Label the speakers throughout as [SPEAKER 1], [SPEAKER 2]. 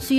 [SPEAKER 1] 需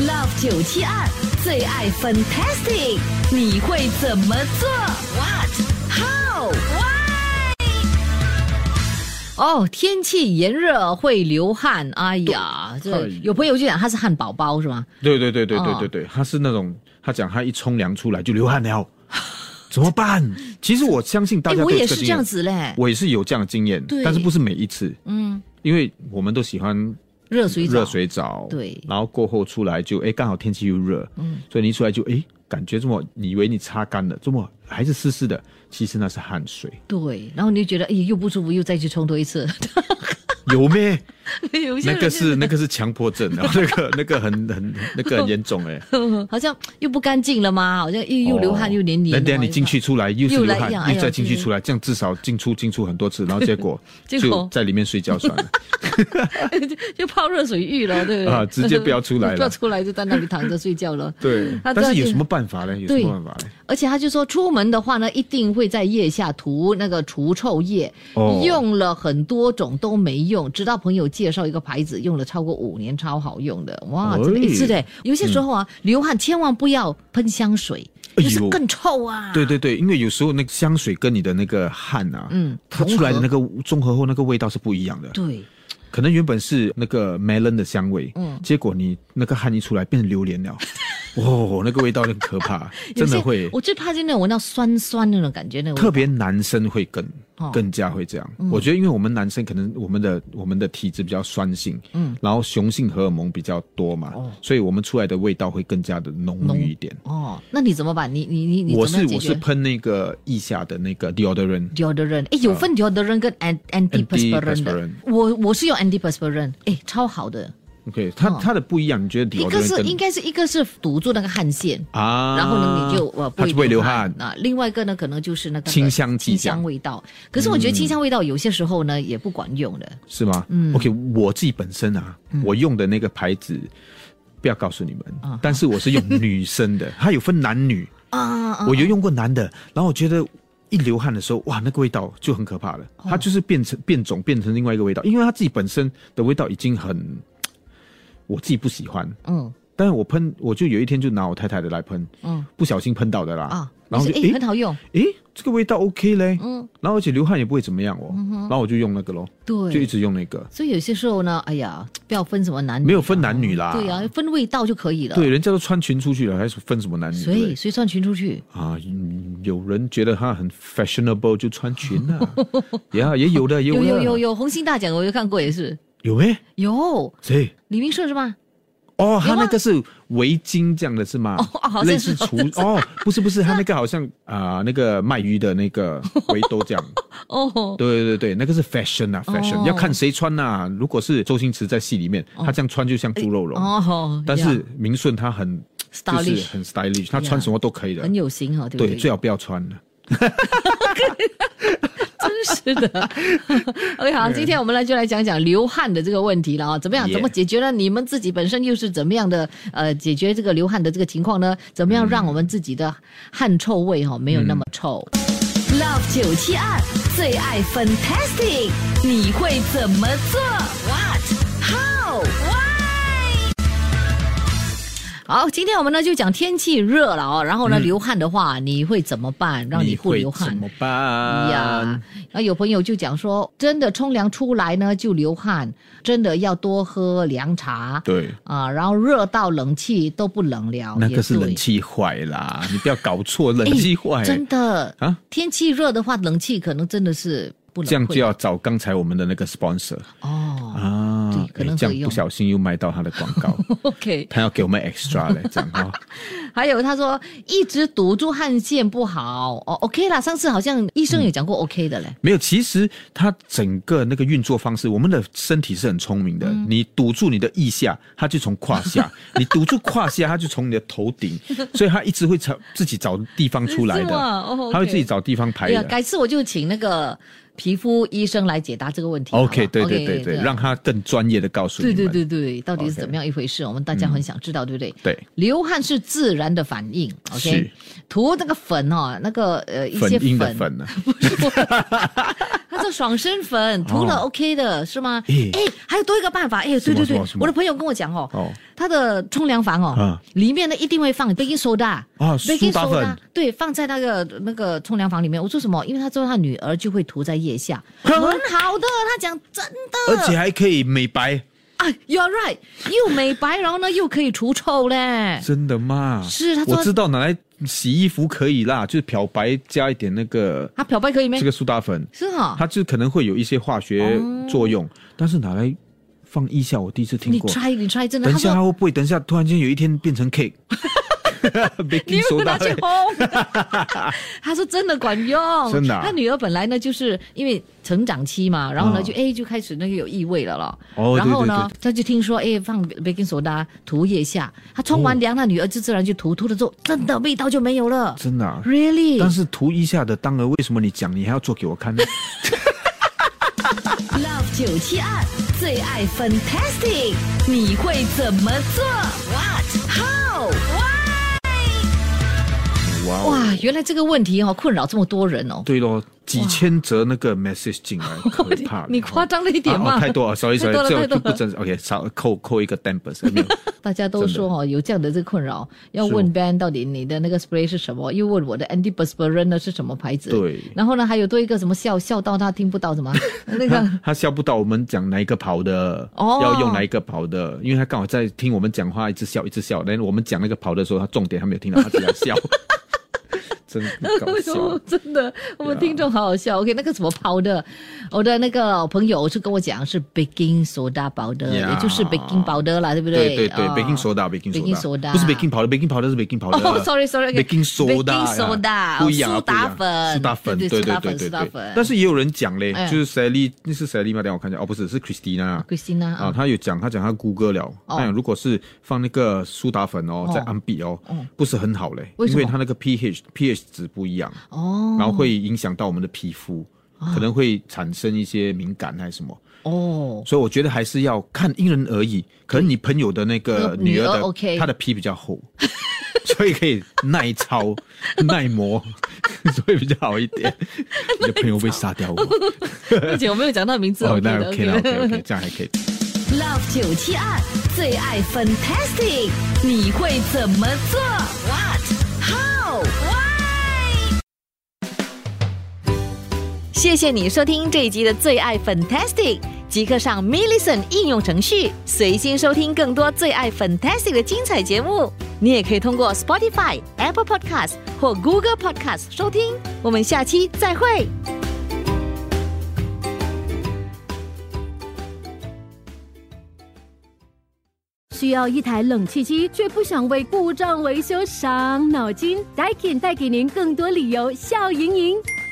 [SPEAKER 2] Love 九七二最爱 Fantastic，你会怎么做？What? How? Why? 哦，天气炎热会流汗，哎呀，这
[SPEAKER 3] 哎
[SPEAKER 2] 有朋友就讲他是汗宝宝是吗？
[SPEAKER 3] 对对对对对
[SPEAKER 2] 哦
[SPEAKER 3] 对对，他是那种，他讲他一冲凉出来就流 汗了，怎么办？其实我相信大
[SPEAKER 2] 哎，
[SPEAKER 3] 家
[SPEAKER 2] 我
[SPEAKER 3] 对
[SPEAKER 2] 也
[SPEAKER 3] 这个
[SPEAKER 2] 是
[SPEAKER 3] 经
[SPEAKER 2] 这
[SPEAKER 3] 验
[SPEAKER 2] 样，子嘞，
[SPEAKER 3] 我也是有这样的经验
[SPEAKER 2] 对，
[SPEAKER 3] 但是不是每一次，
[SPEAKER 2] 嗯，
[SPEAKER 3] 因为我们都喜欢
[SPEAKER 2] 热水澡
[SPEAKER 3] 热水澡，
[SPEAKER 2] 对
[SPEAKER 3] 然后过后出来就哎，刚好天气又热，嗯，所以你一出来就哎，感觉这么，你以为你擦干了，这么还是湿湿的，其实那是汗水，
[SPEAKER 2] 对，然后你就觉得哎又不舒服，又再去冲多一次，
[SPEAKER 3] 有咩？
[SPEAKER 2] 有些
[SPEAKER 3] 那
[SPEAKER 2] 人就
[SPEAKER 3] 个
[SPEAKER 2] 是
[SPEAKER 3] 那个是强迫症， 然后那个那个很很那个很严重哎，
[SPEAKER 2] 好像又不干净了吗？好像又又流汗
[SPEAKER 3] 哦
[SPEAKER 2] 又黏黏的
[SPEAKER 3] 那
[SPEAKER 2] 嘛。
[SPEAKER 3] 等下你进去出来又是
[SPEAKER 2] 又
[SPEAKER 3] 流
[SPEAKER 2] 来
[SPEAKER 3] 汗
[SPEAKER 2] 一样哎，呀
[SPEAKER 3] 又再进去
[SPEAKER 2] 对
[SPEAKER 3] 出来，这样至少进出进出很多次，然 后结果
[SPEAKER 2] 结果
[SPEAKER 3] 就在里面睡觉 算了。
[SPEAKER 2] 就泡热水浴了，对不对？
[SPEAKER 3] 啊直接不要出来 了
[SPEAKER 2] 不要出来就在那里躺着睡觉了。
[SPEAKER 3] 对，
[SPEAKER 2] 那
[SPEAKER 3] 但
[SPEAKER 2] 这
[SPEAKER 3] 是有
[SPEAKER 2] 就
[SPEAKER 3] 什么办法呢？有什
[SPEAKER 2] 对
[SPEAKER 3] 么办法呢？
[SPEAKER 2] 而且他就说，出门的话呢，一定会在腋下涂那个除臭液，
[SPEAKER 3] 哦
[SPEAKER 2] 用了很多种都没用，直到朋友介绍一个牌子，用了超过五年，超好用的，哇，
[SPEAKER 3] 哎
[SPEAKER 2] 真的，是的。有些时候啊，流汗千万不要喷香水，
[SPEAKER 3] 哎呦
[SPEAKER 2] 就是更臭啊。
[SPEAKER 3] 对对对，因为有时候那个香水跟你的那个汗啊，
[SPEAKER 2] 嗯
[SPEAKER 3] 它出来的
[SPEAKER 2] 融合
[SPEAKER 3] 那个综合后那个味道是不一样的。
[SPEAKER 2] 对
[SPEAKER 3] 可能原本是那个 melon 的香味，
[SPEAKER 2] 嗯
[SPEAKER 3] 结果你那个汗一出来变成榴莲 了，哦，那个味道很可怕，
[SPEAKER 2] 有
[SPEAKER 3] 真
[SPEAKER 2] 些
[SPEAKER 3] 的会。
[SPEAKER 2] 我最怕就那种闻到酸酸那种感觉，那种
[SPEAKER 3] 特别男生会更
[SPEAKER 2] 哦
[SPEAKER 3] 更加会这样。我觉得，因为我们男生可能我们的我们的体质比较酸性，
[SPEAKER 2] 嗯，
[SPEAKER 3] 然后雄性荷尔蒙比较多嘛，
[SPEAKER 2] 哦
[SPEAKER 3] 所以我们出来的味道会更加的浓郁一点。
[SPEAKER 2] 哦，那你怎么办？你你你你
[SPEAKER 3] 我
[SPEAKER 2] 怎么
[SPEAKER 3] 是
[SPEAKER 2] 样解
[SPEAKER 3] 我
[SPEAKER 2] 决
[SPEAKER 3] 是喷那个腋下的那个 deodorant，
[SPEAKER 2] deodorant，哎，
[SPEAKER 3] 啊
[SPEAKER 2] 有分 deodorant 跟 an- antiperspirant 的
[SPEAKER 3] Antiperspirant，
[SPEAKER 2] 我我是用 antiperspirant，哎，超好的，
[SPEAKER 3] OK，它、它的不一样，你觉得
[SPEAKER 2] 哦一个
[SPEAKER 3] deodorant
[SPEAKER 2] 是
[SPEAKER 3] 跟
[SPEAKER 2] 应该是一个是堵住那个汗腺。
[SPEAKER 3] 啊，
[SPEAKER 2] 然后呢，你就呃
[SPEAKER 3] 它就不会流汗。
[SPEAKER 2] 啊。另外一个呢，可能就是那个
[SPEAKER 3] 清香剂
[SPEAKER 2] 清
[SPEAKER 3] 这样嗯
[SPEAKER 2] 香味道。可是我觉得清香味道有些时候呢也不管用的。
[SPEAKER 3] 是吗？
[SPEAKER 2] 嗯
[SPEAKER 3] o k 我自己本身啊，我用的那个牌子不要告诉你们，
[SPEAKER 2] 啊
[SPEAKER 3] 但是我是用女生的，它有分男女，
[SPEAKER 2] 啊啊
[SPEAKER 3] 我有用过男的，然后我觉得。一流汗的时候，哇，那个味道就很可怕了。
[SPEAKER 2] 哦
[SPEAKER 3] 它就是变成变种，变成另外一个味道，因为它自己本身的味道已经很，我自己不喜欢。
[SPEAKER 2] 嗯
[SPEAKER 3] 但是我喷，我就有一天就拿我太太的来喷，
[SPEAKER 2] 嗯
[SPEAKER 3] 不小心喷到的啦。
[SPEAKER 2] 啊，
[SPEAKER 3] 然后
[SPEAKER 2] 就
[SPEAKER 3] 就是
[SPEAKER 2] 哎
[SPEAKER 3] 诶
[SPEAKER 2] 很好用，
[SPEAKER 3] 诶，这个味道 OK 嘞，
[SPEAKER 2] 嗯
[SPEAKER 3] 然后而且流汗也不会怎么样哦，然后我就用那个咯，就一
[SPEAKER 2] 对。
[SPEAKER 3] 直用那个，
[SPEAKER 2] 所以有些时候呢，哎呀，不要分什么男女，
[SPEAKER 3] 没有分男女啦
[SPEAKER 2] 对啊呀，分味道就可以了。
[SPEAKER 3] 对，，人家都穿裙出去了，还是分什么男女？
[SPEAKER 2] 所
[SPEAKER 3] 对不
[SPEAKER 2] 以
[SPEAKER 3] 对
[SPEAKER 2] 谁穿裙出去？
[SPEAKER 3] 啊，嗯有人觉得他很 fashionable 就穿裙 啊，呀，也有的，也
[SPEAKER 2] 有
[SPEAKER 3] 的，
[SPEAKER 2] 有有有红星大奖，我就看过也是
[SPEAKER 3] 有没？
[SPEAKER 2] 有
[SPEAKER 3] 谁？
[SPEAKER 2] 李明顺是吗？
[SPEAKER 3] 哦，他
[SPEAKER 2] 有啊
[SPEAKER 3] 那个是围巾这样的是吗？
[SPEAKER 2] 哦好像
[SPEAKER 3] 类似
[SPEAKER 2] 是
[SPEAKER 3] 厨哦，不是不是，他那个好像啊、那个卖鱼的那 个围兜这样。
[SPEAKER 2] 哦，
[SPEAKER 3] 对对对，那个是 fashion 啊，fashion、
[SPEAKER 2] 哦
[SPEAKER 3] 要看谁穿呐、啊如果是周星驰在戏里面，他这样穿就像猪肉蓉，
[SPEAKER 2] 哦，
[SPEAKER 3] 但
[SPEAKER 2] 呀
[SPEAKER 3] 是明顺他很就是
[SPEAKER 2] stylish 哎
[SPEAKER 3] 很 stylish，他穿什么都可以的。
[SPEAKER 2] 很有型哈、对不
[SPEAKER 3] 对，
[SPEAKER 2] 对？
[SPEAKER 3] 最好不要穿了。
[SPEAKER 2] 真是的。OK，好，今天我们来就来讲讲流汗的这个问题了啊，怎么样？
[SPEAKER 3] Yeah
[SPEAKER 2] 怎么解决呢？你们自己本身又是怎么样的呃解决这个流汗的这个情况呢？怎么样让我们自己的汗臭味哈、没有那么臭？
[SPEAKER 4] Love 972最爱 Fantastic，你会怎么做？What? How? Why?
[SPEAKER 2] 好，今天我们呢就讲天气热了哦，然后呢、流汗的话你会怎么办？让你不
[SPEAKER 3] 会
[SPEAKER 2] 流汗
[SPEAKER 3] 怎。么办？
[SPEAKER 2] 呀，那有朋友就讲说，真的冲凉出来呢就流汗，真的要多喝凉茶。
[SPEAKER 3] 对，
[SPEAKER 2] 啊，然后热到冷气都不冷了，
[SPEAKER 3] 那
[SPEAKER 2] 也
[SPEAKER 3] 个是
[SPEAKER 2] 对
[SPEAKER 3] 冷气坏啦， 你不要搞错，冷气坏。
[SPEAKER 2] 哎真的
[SPEAKER 3] 啊，
[SPEAKER 2] 天气热的话，冷气可能真的是不能
[SPEAKER 3] 这样
[SPEAKER 2] 会
[SPEAKER 3] 就要找刚才我们的那个 sponsor
[SPEAKER 2] 哦。
[SPEAKER 3] 啊
[SPEAKER 2] 对，可能
[SPEAKER 3] 诶这
[SPEAKER 2] 会
[SPEAKER 3] 样
[SPEAKER 2] 用
[SPEAKER 3] 不小心又卖到他的广告，
[SPEAKER 2] OK，
[SPEAKER 3] 他要给我们 extra 嘞，这样哈。哦
[SPEAKER 2] 还有他说一直堵住汗腺不好哦，OK 啦，上次好像医
[SPEAKER 3] 嗯
[SPEAKER 2] 生有讲过 OK 的嘞，
[SPEAKER 3] 没有，其实它整个那个运作方式，我们的身体是很聪明的。
[SPEAKER 2] 嗯
[SPEAKER 3] 你堵住你的腋下，它就从胯下； 你堵住胯下，它就从你的头顶，所以它一直会找自己找地方出来
[SPEAKER 2] 是
[SPEAKER 3] 的
[SPEAKER 2] 吗哦，，OK
[SPEAKER 3] 它会自己找地方排
[SPEAKER 2] 哎呀，
[SPEAKER 3] 的。
[SPEAKER 2] 改次我就请那个皮肤医生来解答这个问题。好
[SPEAKER 3] OK，
[SPEAKER 2] 吧
[SPEAKER 3] 对对对
[SPEAKER 2] OK，啊
[SPEAKER 3] 对，让它更专业的告诉你
[SPEAKER 2] 对
[SPEAKER 3] 们。
[SPEAKER 2] 对对对，到底是
[SPEAKER 3] OK
[SPEAKER 2] 怎么样一回事？我们大家很想知道，对不对？
[SPEAKER 3] 对
[SPEAKER 2] 流汗是自然的反应，OK
[SPEAKER 3] 是。
[SPEAKER 2] 涂那个粉哦，那个呃一些
[SPEAKER 3] 粉印的
[SPEAKER 2] 粉，
[SPEAKER 3] 粉呢？啊
[SPEAKER 2] 它叫爽身粉，涂了 OK 的是吗？
[SPEAKER 3] 诶
[SPEAKER 2] 哎，还有多一个办法，哎，对对
[SPEAKER 3] 什
[SPEAKER 2] 对
[SPEAKER 3] 么什么什，么
[SPEAKER 2] 我的朋友跟我讲哦
[SPEAKER 3] 哦，
[SPEAKER 2] 他的冲凉房哦
[SPEAKER 3] 啊，
[SPEAKER 2] 里面呢一定会放 baking soda
[SPEAKER 3] 啊
[SPEAKER 2] baking
[SPEAKER 3] 苏打粉
[SPEAKER 2] soda，对，放在那个那个冲凉房里面。我说什么？因为他说他女儿就会涂在腋下，很好的，他讲真的，
[SPEAKER 3] 而且还可以美白，
[SPEAKER 2] 啊，You're right，又美白，然后呢又可以除臭嘞。
[SPEAKER 3] 真的吗？
[SPEAKER 2] 哎是他说
[SPEAKER 3] 我知道拿来洗衣服可以啦，就是漂白加一点那个
[SPEAKER 2] 它漂白可以没哦
[SPEAKER 3] 这？个苏打粉。
[SPEAKER 2] 是哈、
[SPEAKER 3] 它就可能会有一些化学作用，但是拿来放腋下，我第一次
[SPEAKER 2] 哦
[SPEAKER 3] 听
[SPEAKER 2] 你
[SPEAKER 3] 过。
[SPEAKER 2] try 你 try 真的，
[SPEAKER 3] 等一
[SPEAKER 2] 他
[SPEAKER 3] 下它
[SPEAKER 2] 说
[SPEAKER 3] 会不会等一下突然间有一天变 成 cake？
[SPEAKER 2] 你
[SPEAKER 3] baking
[SPEAKER 2] 有拿
[SPEAKER 3] soda
[SPEAKER 2] 去
[SPEAKER 3] 嘞
[SPEAKER 2] 烘， 他说真的管用，
[SPEAKER 3] 真的啊
[SPEAKER 2] 他女儿本来呢就是因为成长期嘛，然后呢
[SPEAKER 3] 哦
[SPEAKER 2] 就哎就开始那个有异味了咯。
[SPEAKER 3] 哦
[SPEAKER 2] 然后呢
[SPEAKER 3] 对
[SPEAKER 2] 他就听说哎放 baking soda 涂腋下，他冲完凉，那女儿就自然就涂，涂了之后真的味道就没有了。
[SPEAKER 3] 哦真的、啊。
[SPEAKER 2] Really？
[SPEAKER 3] 但是涂一下的当儿，为什么你讲你还要做给我看呢？
[SPEAKER 4] Love 九七二最爱 Fantastic，你会怎么做？What how why？
[SPEAKER 3] 哇哦！
[SPEAKER 2] 哇，原来这个问题哦困扰这么多人哦。
[SPEAKER 3] 对咯，几千则那个 message 进来，可怕了。
[SPEAKER 2] 你夸张了一点嘛
[SPEAKER 3] 啊哦太 多了，sorry
[SPEAKER 2] 太
[SPEAKER 3] sorry，
[SPEAKER 2] 多了
[SPEAKER 3] 这
[SPEAKER 2] 太
[SPEAKER 3] 我
[SPEAKER 2] 多
[SPEAKER 3] 就
[SPEAKER 2] 了
[SPEAKER 3] 不真实。OK，少扣扣一个 ten percent，没有
[SPEAKER 2] 大家都说哦，有这样的这个困扰，要
[SPEAKER 3] 是
[SPEAKER 2] 问 Ben 到底你的那个 spray 是什么，又问我的 antiperspirant 呢是什么牌子。
[SPEAKER 3] 对
[SPEAKER 2] 然后呢，还有多一个什么笑笑到他听不到什么那个
[SPEAKER 3] 他他笑不到我们讲哪一个跑的，
[SPEAKER 2] 哦。
[SPEAKER 3] 要用哪一个跑的，因为他刚好在听我们讲话，一直笑一直笑。但是我们讲那个跑的时候，他重点他没有听到，他只要笑，真搞笑
[SPEAKER 2] 真的，我们听众好好笑。OK，那个怎么刨的？我的那个朋友就跟我讲是 baking soda 刨的，
[SPEAKER 3] 呀
[SPEAKER 2] 也就是 baking 刨的啦，对不对
[SPEAKER 3] 对对对
[SPEAKER 2] 哦
[SPEAKER 3] ，baking soda，baking
[SPEAKER 2] baking soda
[SPEAKER 3] 不是 baking 跑的，baking 跑的是 baking 跑的。
[SPEAKER 2] 哦，sorry，sorry，OK
[SPEAKER 3] baking soda，
[SPEAKER 2] baking soda，哦
[SPEAKER 3] 呀不一样啊，
[SPEAKER 2] 苏打
[SPEAKER 3] 不一样
[SPEAKER 2] 粉
[SPEAKER 3] 苏打粉，
[SPEAKER 2] 对对
[SPEAKER 3] 对对
[SPEAKER 2] 苏打
[SPEAKER 3] 对
[SPEAKER 2] 粉
[SPEAKER 3] 对对
[SPEAKER 2] 苏打粉
[SPEAKER 3] 对。但是也有人讲嘞
[SPEAKER 2] 哎，
[SPEAKER 3] 就是 Sally，那是 Sally 吗？等一下我看一下，哦，不是，是 Christina 啊。
[SPEAKER 2] Christina
[SPEAKER 3] 啊，
[SPEAKER 2] 啊，
[SPEAKER 3] 他有讲，他讲他谷歌了，
[SPEAKER 2] 哦
[SPEAKER 3] 他讲如果是放那个苏打粉哦
[SPEAKER 2] 哦，
[SPEAKER 3] 在安比哦
[SPEAKER 2] 嗯，
[SPEAKER 3] 不是很好嘞，
[SPEAKER 2] 为什
[SPEAKER 3] 因
[SPEAKER 2] 么
[SPEAKER 3] 为它那个 pH pH 值不一样，
[SPEAKER 2] 哦，啊
[SPEAKER 3] 然后会影响到我们的皮肤，可能会产生一些敏感还是什么，
[SPEAKER 2] 哦，
[SPEAKER 3] 所以我觉得还是要看因人而异。可能你朋友的那
[SPEAKER 2] 那个
[SPEAKER 3] 个
[SPEAKER 2] 女
[SPEAKER 3] 女
[SPEAKER 2] 儿
[SPEAKER 3] 儿的，
[SPEAKER 2] OK
[SPEAKER 3] 她的皮比较厚， 所以可以耐 操、耐磨， 所以比较好一点。你的朋友被杀掉我，
[SPEAKER 2] 而且我没有讲到名字，OK
[SPEAKER 3] 哦那
[SPEAKER 2] 的
[SPEAKER 3] OK 了
[SPEAKER 2] 的
[SPEAKER 3] OK OK，这样还可以。
[SPEAKER 4] Love 九七二最爱 Fantastic，你会怎么做？What how why？谢谢你收听这一集的最爱 Fantastic，即刻上 m i l l i c e n t 应用程序随心收听更多最爱 Fantastic 的精彩节目。你也可以通过 Spotify、Apple Podcast 或 Google Podcast 收听。我们下期再会。
[SPEAKER 1] 需要一台冷气机，却不想为故障维修伤脑筋 d a i k 带给您更多理由笑盈盈。